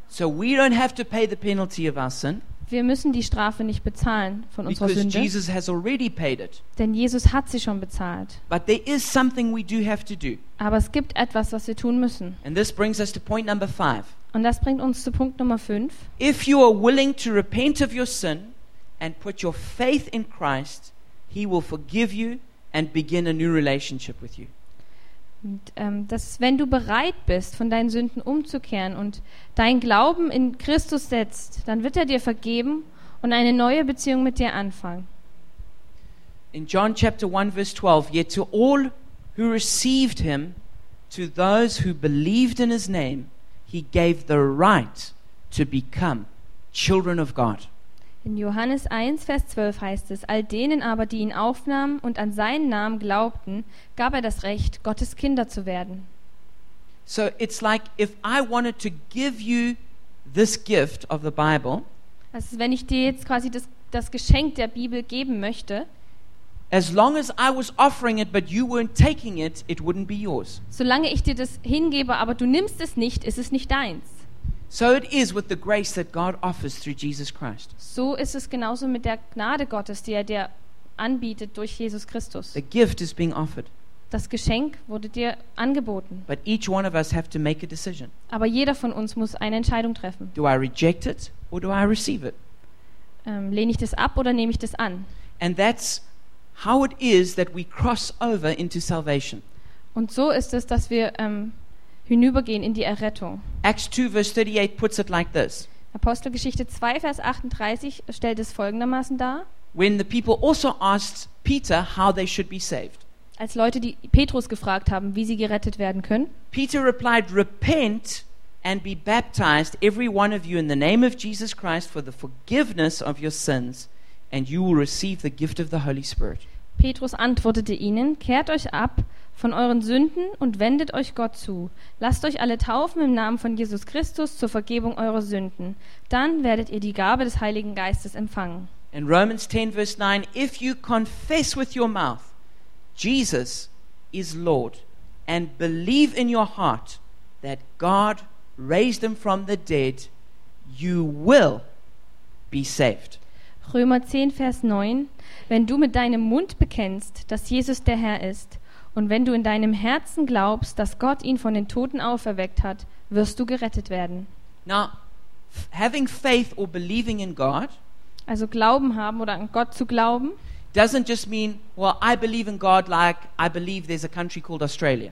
S1: So we don't have to pay the penalty of our sin
S2: Wir müssen die Strafe nicht bezahlen von unserer
S1: because
S2: Sünde,
S1: Jesus has already paid it.
S2: denn Jesus hat sie schon bezahlt.
S1: But there is something we do have to do.
S2: Aber es gibt etwas, was wir tun müssen.
S1: And this brings us to point number five.
S2: Und das bringt uns zu Punkt Nummer 5.
S1: If you are willing to repent of your sin and put your faith in Christ, He will forgive you and begin a new relationship with you.
S2: Und, ähm, dass wenn du bereit bist, von deinen Sünden umzukehren und deinen Glauben in Christus setzt, dann wird er dir vergeben und eine neue Beziehung mit dir anfangen.
S1: In John chapter 1 verse 12, yet to all who received him, to those who believed in his name, he gave the right to become children of God.
S2: In Johannes 1, Vers 12 heißt es, all denen aber, die ihn aufnahmen und an seinen Namen glaubten, gab er das Recht, Gottes Kinder zu werden.
S1: So it's like if I wanted to give you this gift of the Bible,
S2: Also wenn ich dir jetzt quasi das, das Geschenk der Bibel geben möchte,
S1: as long as I was offering it but you weren't taking it, it wouldn't be yours.
S2: solange ich dir das hingebe, aber du nimmst es nicht, ist es nicht deins.
S1: So it is with the grace that God offers through Jesus Christ.
S2: So ist es genauso mit der Gnade Gottes, die er dir anbietet durch Jesus Christus.
S1: The gift is being offered,
S2: Das Geschenk wurde dir angeboten,
S1: but each one of us have to make a decision.
S2: aber jeder von uns muss eine Entscheidung treffen.
S1: Do I reject it or do I receive it?
S2: Ähm, lehne ich das ab oder nehme ich das an?
S1: And that's how it is that we cross over into salvation.
S2: Und so ist es, dass wir ähm, hinübergehen in die Errettung.
S1: Acts 2, verse 38 puts it like this
S2: Apostelgeschichte 2, Vers 38 stellt es folgendermaßen dar.
S1: When the people also asked Peter how they should be saved,
S2: Als Leute, die Petrus gefragt haben, wie sie gerettet werden können,
S1: Peter replied, Repent and be baptized, every one of you, in the name of Jesus Christ for the forgiveness of your sins, and you will receive the gift of the Holy Spirit.
S2: Petrus antwortete ihnen, kehrt euch ab von euren Sünden und wendet euch Gott zu. Lasst euch alle taufen im Namen von Jesus Christus zur Vergebung eurer Sünden. Dann werdet ihr die Gabe des Heiligen Geistes empfangen.
S1: In Romans 10, verse 9, if you confess with your mouth Jesus is Lord and believe in your heart that God raised him from the dead, you will be saved.
S2: Römer 10, Vers 9. Wenn du mit deinem Mund bekennst, dass Jesus der Herr ist, und wenn du in deinem Herzen glaubst, dass Gott ihn von den Toten auferweckt hat, wirst du gerettet werden.
S1: Now, f- having faith or believing in God
S2: Also Glauben haben oder an Gott zu glauben,
S1: doesn't just mean, well, I believe in God like I believe there's a country called Australia.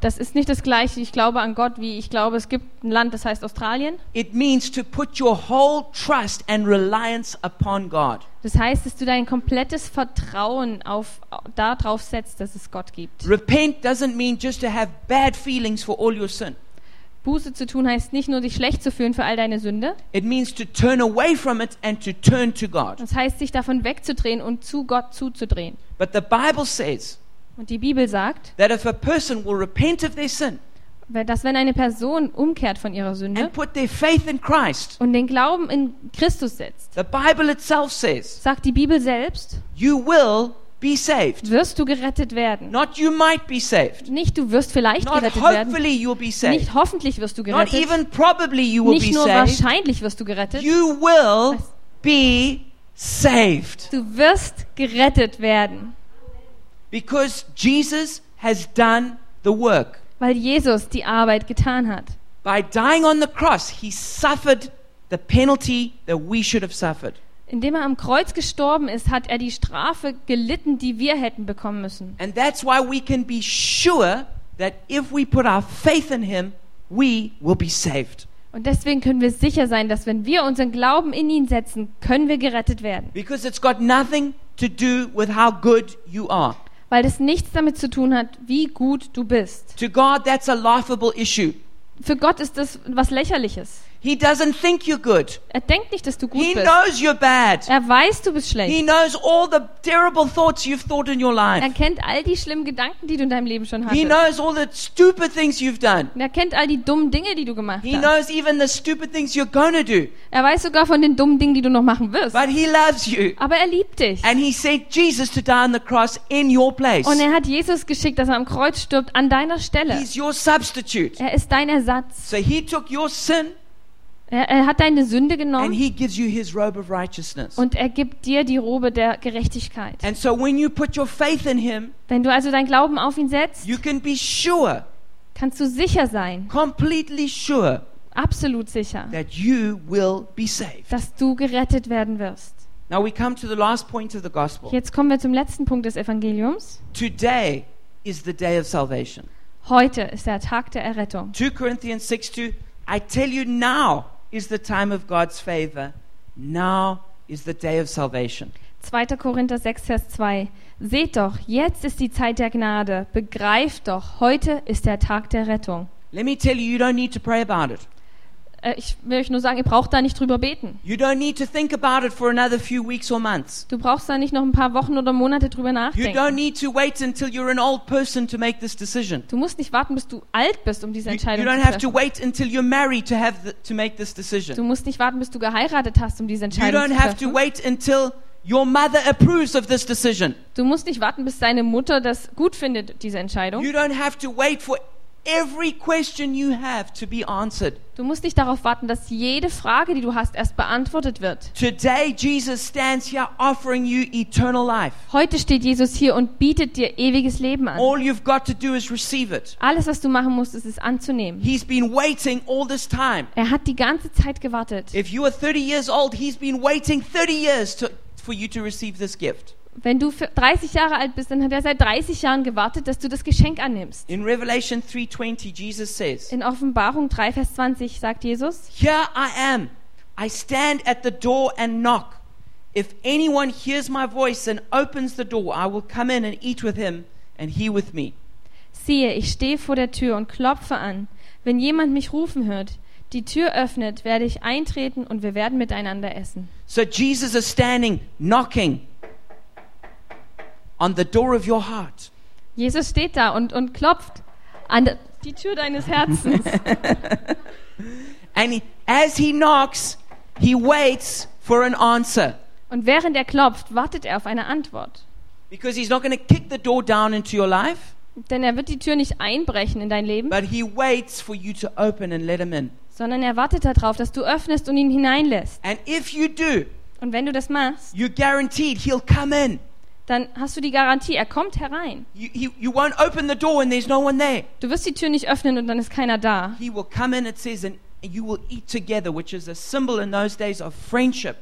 S2: das ist nicht das gleiche, ich glaube an Gott, wie ich glaube, es gibt ein Land, das heißt Australien.
S1: It means to put your whole trust and reliance upon God.
S2: Das heißt, dass du dein komplettes Vertrauen auf, darauf setzt, dass es Gott gibt.
S1: Repent doesn't mean just to have bad feelings for all your sin.
S2: Buße zu tun heißt nicht nur, dich schlecht zu fühlen für all deine Sünde.
S1: It means to turn away from it and to turn to God.
S2: Das heißt, sich davon wegzudrehen und zu Gott zuzudrehen.
S1: But the Bible says
S2: Und die Bibel sagt,
S1: that if a person will repent of their sin
S2: dass wenn eine Person umkehrt von ihrer Sünde
S1: and put their faith in Christ,
S2: und den Glauben in Christus setzt,
S1: the Bible itself says,
S2: sagt die Bibel selbst,
S1: you will be saved.
S2: wirst du gerettet werden.
S1: Not you might be saved.
S2: Nicht du wirst vielleicht
S1: Not
S2: gerettet werden.
S1: hopefully you'll be saved.
S2: Nicht hoffentlich wirst du
S1: Not
S2: gerettet.
S1: even probably you will
S2: Nicht
S1: be
S2: nur
S1: saved.
S2: wahrscheinlich wirst du gerettet.
S1: You will be saved.
S2: Du wirst gerettet werden.
S1: Because Jesus has done the work.
S2: weil Jesus die Arbeit getan hat.
S1: By dying on the cross, he suffered the penalty that we should have suffered.
S2: Indem er am Kreuz gestorben ist, hat er die Strafe gelitten, die wir hätten bekommen müssen.
S1: And that's why we can be sure that if we put our faith in him, we will be saved.
S2: Und deswegen können wir sicher sein, dass wenn wir unseren Glauben in ihn setzen, können wir gerettet werden.
S1: Because it's got nothing to do with how good you are.
S2: Weil das nichts damit zu tun hat, wie gut du bist.
S1: To God, that's a laughable issue.
S2: Für Gott ist das was lächerliches.
S1: He doesn't think you're good.
S2: Er denkt nicht, dass du gut
S1: He
S2: bist.
S1: knows you're bad.
S2: Er weiß, du bist
S1: He
S2: schlecht.
S1: knows all the terrible thoughts you've thought in your
S2: Er
S1: life.
S2: kennt all die schlimmen Gedanken, die du in deinem Leben schon
S1: He
S2: hattest.
S1: knows all the stupid things you've done.
S2: Er kennt all die dummen Dinge, die du gemacht
S1: He
S2: hast.
S1: knows even the stupid things you're going to do.
S2: Er weiß sogar von den dummen Dingen, die du noch machen wirst.
S1: But He loves you.
S2: Aber er liebt dich.
S1: And He sent Jesus to die on the cross in your place.
S2: Und er hat Jesus geschickt, dass er am Kreuz stirbt, an deiner Stelle.
S1: He's your substitute.
S2: Er ist dein Ersatz.
S1: So He took your sin
S2: Er, er hat deine Sünde
S1: and
S2: genommen
S1: He gives you His robe of righteousness.
S2: und er gibt dir die Robe der Gerechtigkeit.
S1: And so when you put your faith in Him,
S2: Wenn du also deinen Glauben auf ihn setzt,
S1: you can be sure,
S2: kannst du sicher sein,
S1: completely sure,
S2: absolut sicher,
S1: that you will be saved.
S2: dass du gerettet werden wirst.
S1: Now we come to the last point of the gospel.
S2: Jetzt kommen wir zum letzten Punkt des Evangeliums.
S1: Today is the day of salvation.
S2: Heute ist der Tag der Errettung.
S1: 2 Corinthians 6 2 I tell you now is the time of God's favor. Now is the day of salvation.
S2: 2. Korinther 6, Vers 2. Seht doch, jetzt ist die Zeit der Gnade. Begreift doch, heute ist der Tag der Rettung.
S1: Let me tell you, you don't need to pray about it.
S2: Äh, ich will euch nur sagen, ihr braucht da nicht drüber beten.
S1: You don't need to think about it for another few weeks or months.
S2: Du brauchst da nicht noch ein paar Wochen oder Monate drüber
S1: You don't
S2: nachdenken.
S1: need to wait until you're an old person to make this decision.
S2: Du musst nicht warten, bis du alt bist, um diese
S1: You, you
S2: Entscheidung
S1: don't
S2: zu
S1: have to
S2: treffen.
S1: wait until you're married to have the, to make this
S2: Du
S1: decision.
S2: musst nicht warten, bis du geheiratet hast, um diese
S1: You
S2: Entscheidung
S1: don't
S2: zu
S1: have to
S2: treffen.
S1: wait until your mother approves of this decision.
S2: Du musst nicht warten, bis deine Mutter das gut findet, diese Entscheidung.
S1: You don't have to wait for every question you have to be answered.
S2: Du musst nicht darauf warten, dass jede Frage, die du hast, erst beantwortet wird.
S1: Today, Jesus stands here offering you eternal life.
S2: Heute steht Jesus hier und bietet dir ewiges Leben an.
S1: All you've got to do is receive it.
S2: Alles, was du machen musst, ist es anzunehmen.
S1: He's been waiting all this time.
S2: Er hat die ganze Zeit gewartet.
S1: If you are 30 years old, He's been waiting 30 years to, for you to receive this gift.
S2: Wenn du für 30 Jahre alt bist, dann hat er seit 30 Jahren gewartet, dass du das Geschenk annimmst.
S1: In Revelation 3:20, Jesus says,
S2: In Offenbarung 3, Vers 20 sagt Jesus,
S1: "Here I am. I stand at the door and knock. If anyone hears my voice and opens the door, I will come in and eat with him and he with me."
S2: siehe, ich stehe vor der Tür und klopfe an. Wenn jemand mich rufen hört, die Tür öffnet, werde ich eintreten und wir werden miteinander essen.
S1: So Jesus is standing knocking on the door of your heart.
S2: Jesus steht da und, und klopft an de- die Tür deines Herzens.
S1: And he- as he knocks, he waits for an answer
S2: Und während er klopft, wartet er auf eine Antwort.
S1: because he's not going to kick the door down into your life,
S2: Denn er wird die Tür nicht einbrechen in dein Leben,
S1: but he waits for you to open and let him in.
S2: sondern er wartet darauf, dass du öffnest und ihn hineinlässt.
S1: And if you do,
S2: Und wenn du das machst,
S1: you're guaranteed he'll come in.
S2: dann hast du die Garantie, er kommt herein.
S1: You, he, you won't open the door and there's no one there.
S2: Du wirst die Tür nicht öffnen und dann ist keiner da.
S1: He will come in, it says, and you will eat together, which is a symbol in those days of friendship.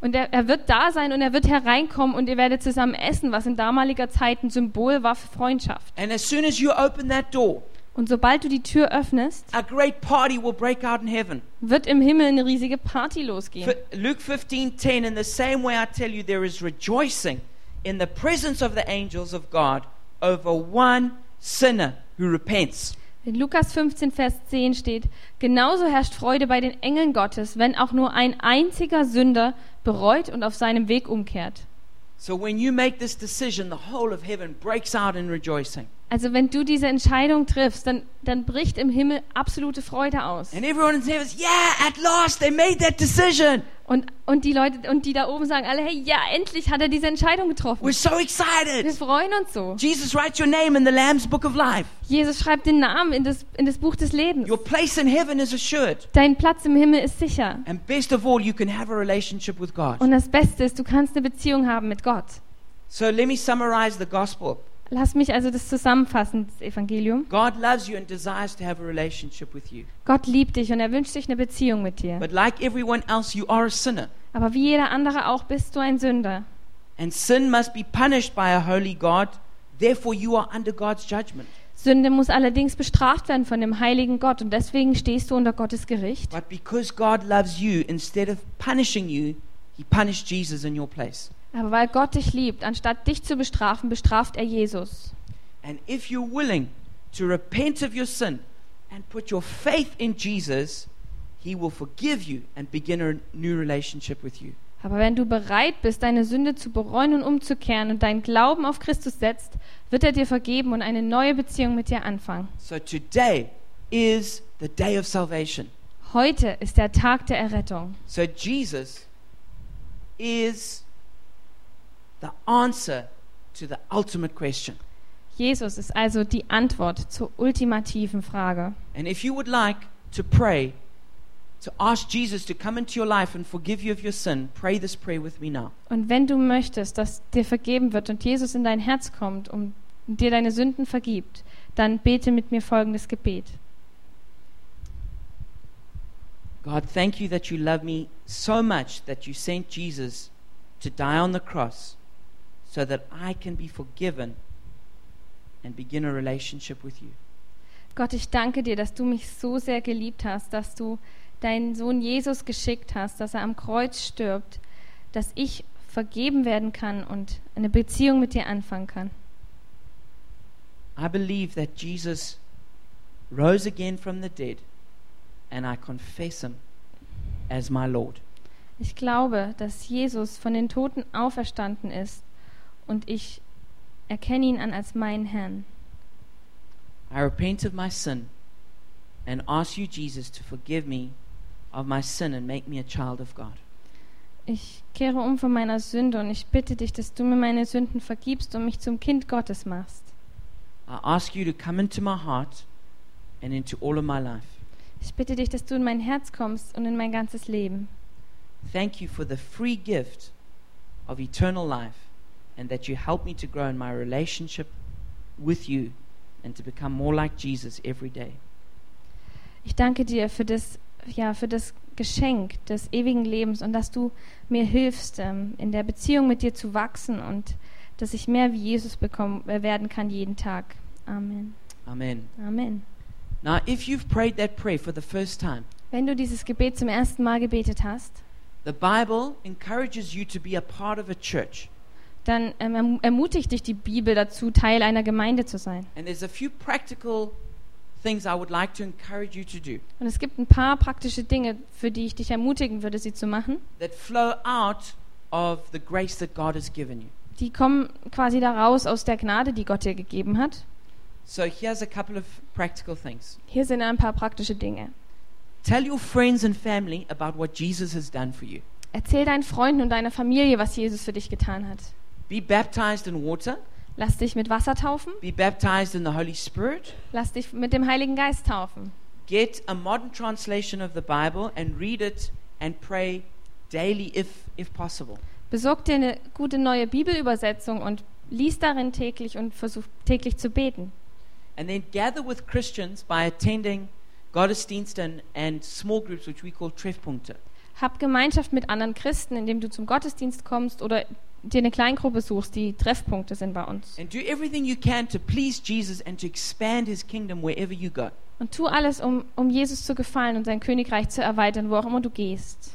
S2: Und er, er wird da sein und er wird hereinkommen und ihr werdet zusammen essen, was in damaliger Zeit ein Symbol war für Freundschaft.
S1: And as soon as you open that door,
S2: Und sobald du die Tür öffnest,
S1: a great party will break out in heaven.
S2: wird im Himmel eine riesige Party losgehen.
S1: F- Luke 15:10 in the same way I tell you there is rejoicing in the presence of the angels of God over one sinner who repents.
S2: In Lukas 15, Vers 10 steht, genauso herrscht Freude bei den Engeln Gottes, wenn auch nur ein einziger Sünder bereut und auf seinem Weg umkehrt.
S1: So when you make this decision the whole of heaven breaks out in rejoicing.
S2: Also wenn du diese Entscheidung triffst, dann, dann bricht im Himmel absolute Freude aus.
S1: And everyone in heaven says, "Yeah, at last they made that decision.
S2: Und, und die Leute, und die da oben sagen alle, hey, ja, endlich hat er diese Entscheidung getroffen.
S1: We're so
S2: Wir
S1: excited."
S2: freuen uns so.
S1: Jesus writes your name in the Lamb's book of life.
S2: Jesus schreibt den Namen in das, in das Buch des Lebens.
S1: Your place in heaven is assured.
S2: Dein Platz im Himmel ist sicher.
S1: And best of all, you can have a relationship with God.
S2: Und das Beste ist, du kannst eine Beziehung haben mit Gott.
S1: So let me summarize the gospel.
S2: Lass mich also das zusammenfassen, das Evangelium.
S1: God loves you and desires to have a relationship with you.
S2: Gott liebt dich und er wünscht sich eine Beziehung mit dir.
S1: But like everyone else, you are a sinner.
S2: Aber wie jeder andere auch bist du ein Sünder.
S1: And sin must be punished by a holy God. Therefore, you are under God's judgment.
S2: Sünde muss allerdings bestraft werden von dem heiligen Gott und deswegen stehst du unter Gottes Gericht.
S1: But because God loves you, instead of punishing you, He punished Jesus in your place.
S2: Aber weil Gott dich liebt, anstatt dich zu bestrafen, bestraft er Jesus.
S1: And if you're willing to repent of your sin and put your faith in Jesus, He will forgive you and begin a new relationship with you.
S2: Aber wenn du bereit bist, deine Sünde zu bereuen und umzukehren und deinen Glauben auf Christus setzt, wird er dir vergeben und eine neue Beziehung mit dir anfangen.
S1: So today is the day of salvation.
S2: Heute ist der Tag der Errettung.
S1: So Jesus is the answer to the ultimate question.
S2: Jesus ist also die Antwort zur ultimativen Frage.
S1: And if you would like to pray, to ask Jesus to come into your life and forgive you of your sin, pray this prayer with me now.
S2: Und wenn du möchtest, dass dir vergeben wird und Jesus in dein Herz kommt und dir deine Sünden vergibt, dann bete mit mir folgendes Gebet.
S1: God, thank you that you love me so much that you sent Jesus to die on the cross so that I can be forgiven and begin a relationship with you.
S2: Gott, ich danke dir, dass du mich so sehr geliebt hast, dass du deinen Sohn Jesus geschickt hast, dass er am Kreuz stirbt, dass ich vergeben werden kann und eine Beziehung mit dir anfangen kann.
S1: I believe that Jesus rose again from the dead and I confess him as my Lord.
S2: Ich glaube, dass Jesus von den Toten auferstanden ist und ich erkenne ihn an als meinen Herrn.
S1: I repent of my sin and ask you, Jesus, to forgive me of my sin and make me a child of God.
S2: Ich kehre um von meiner Sünde und ich bitte dich, dass du mir meine Sünden vergibst und mich zum Kind Gottes machst.
S1: I ask you to come into my heart and into all of my life.
S2: Ich bitte dich, dass du in mein Herz kommst und in mein ganzes Leben.
S1: Thank you for the free gift of eternal life and that you help me to grow in my relationship with you and to become more like Jesus every day.
S2: Ich danke dir für das, ja, für das Geschenk des ewigen Lebens und dass du mir hilfst, ähm, in der Beziehung mit dir zu wachsen und dass ich mehr wie Jesus bekommen, äh, werden kann jeden Tag. Amen.
S1: Amen.
S2: Amen.
S1: Now, if you've prayed that prayer for the first time,
S2: Wenn du dieses Gebet zum ersten Mal gebetet hast,
S1: the Bible encourages you to be a part of a church.
S2: dann ähm, erm- ermutigt dich die Bibel dazu, Teil einer Gemeinde zu sein.
S1: And there's a few practical things I would like to encourage you to do
S2: Und es gibt ein paar praktische Dinge, für die ich dich ermutigen würde, sie zu machen.
S1: that flow out of the grace that God has given you.
S2: Die kommen quasi daraus aus der Gnade, die Gott dir gegeben hat.
S1: So, here's a couple of practical things.
S2: Hier sind ein paar praktische Dinge.
S1: Tell your friends and family about what Jesus has done for you.
S2: Erzähl deinen Freunden und deiner Familie, was Jesus für dich getan hat.
S1: Be baptized in water,
S2: Lass dich mit Wasser taufen,
S1: be baptized in the Holy Spirit.
S2: lass dich mit dem Heiligen Geist taufen.
S1: Get a modern translation of the Bible and read it and pray daily if, if possible.
S2: Besorg dir eine gute neue Bibelübersetzung und lies darin täglich und versuch täglich zu beten.
S1: And then gather with Christians by attending Gottesdiensten and small groups, which we call Treffpunkte.
S2: Hab Gemeinschaft mit anderen Christen, indem du zum Gottesdienst kommst oder dir eine Kleingruppe suchst, die Treffpunkte sind bei uns.
S1: And do everything you can to please Jesus and to expand his kingdom wherever you go.
S2: Und tu alles, um, um Jesus zu gefallen und sein Königreich zu erweitern, wo auch immer du gehst.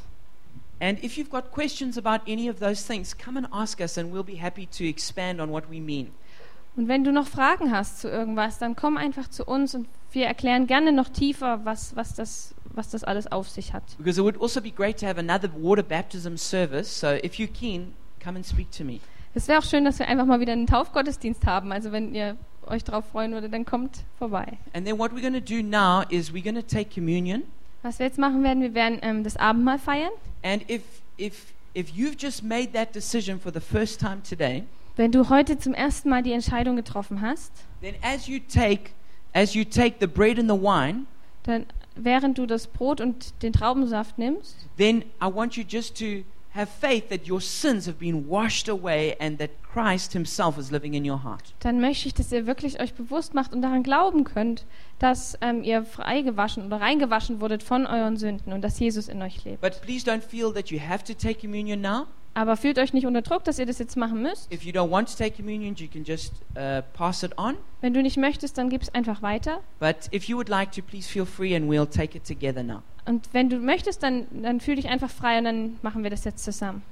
S1: And if you've got questions about any of those things, come and ask us, and we'll be happy to expand on what we mean.
S2: Und wenn du noch Fragen hast zu irgendwas, dann komm einfach zu uns und wir erklären gerne noch tiefer, was, was, das, was das alles auf sich hat.
S1: Because it would also be great to have another water baptism service. So if you're keen, come and speak to me.
S2: Es wäre auch schön, dass wir einfach mal wieder einen Taufgottesdienst haben. Also wenn ihr euch darauf freuen würdet, dann kommt vorbei.
S1: And then what we're going to do now is we're going to take communion.
S2: Was wir jetzt machen werden, wir werden ähm, das Abendmahl feiern.
S1: And if if if you've just made that decision for the first time today,
S2: Wenn du heute zum ersten Mal die Entscheidung getroffen hast,
S1: then as you take as you take the bread and the wine,
S2: dann während du das Brot und den Traubensaft nimmst,
S1: then I want you just to have faith that your sins have been washed away and that Christ himself is living in your heart.
S2: dann möchte ich, dass ihr wirklich euch bewusst macht und daran glauben könnt, dass ähm, ihr freigewaschen oder reingewaschen wurdet von euren Sünden und dass Jesus in euch lebt.
S1: But please don't feel that you have to take communion now.
S2: Aber fühlt euch nicht unter Druck, dass ihr das jetzt machen müsst.
S1: If you don't want to take communion, you can just uh, pass it on.
S2: Wenn du nicht möchtest, dann gib's einfach weiter.
S1: But if you would like to, please feel free and we'll take it together now.
S2: Und wenn du möchtest, dann, dann fühl dich einfach frei und dann machen wir das jetzt zusammen.